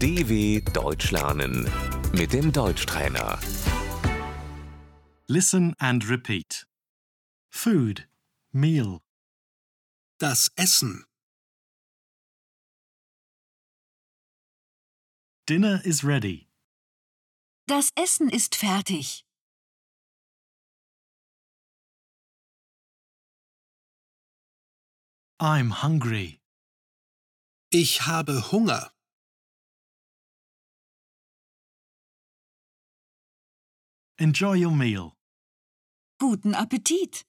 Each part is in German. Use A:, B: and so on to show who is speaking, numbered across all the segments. A: DW Deutsch lernen mit dem Deutschtrainer.
B: Listen and repeat. Food, meal,
C: Das Essen,
B: dinner is ready,
D: Das Essen ist fertig.
B: I'm hungry,
C: ich habe Hunger,
B: enjoy your meal,
D: Guten Appetit.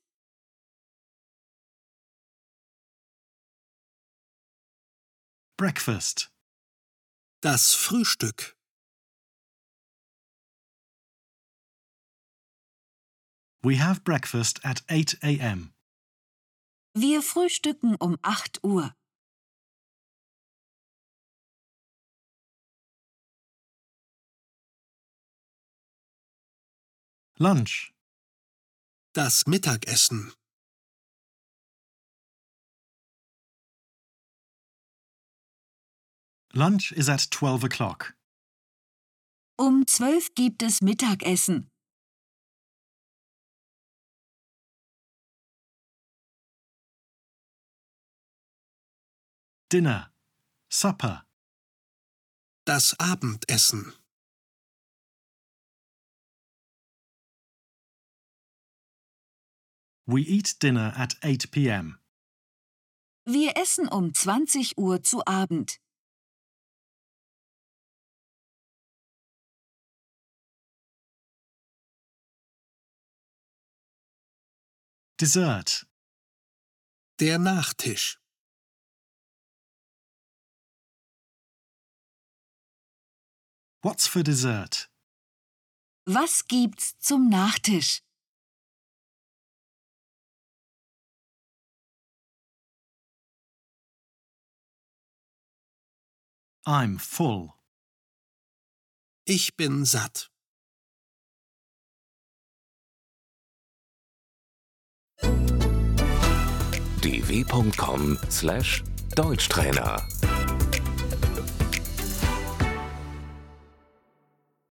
B: breakfast,
C: das Frühstück,
B: we have breakfast at 8 am,
D: Wir frühstücken um 8 Uhr.
B: lunch,
C: das Mittagessen,
B: lunch is at 12 o'clock,
D: Um 12 gibt es Mittagessen.
B: dinner, supper,
C: das Abendessen,
B: we eat dinner at 8 pm,
D: Wir essen um 20 Uhr zu Abend.
B: dessert,
C: der Nachtisch,
B: what's for dessert,
D: Was gibt's zum Nachtisch?
B: I'm full,
C: ich bin satt.
A: dw.com/deutschtrainer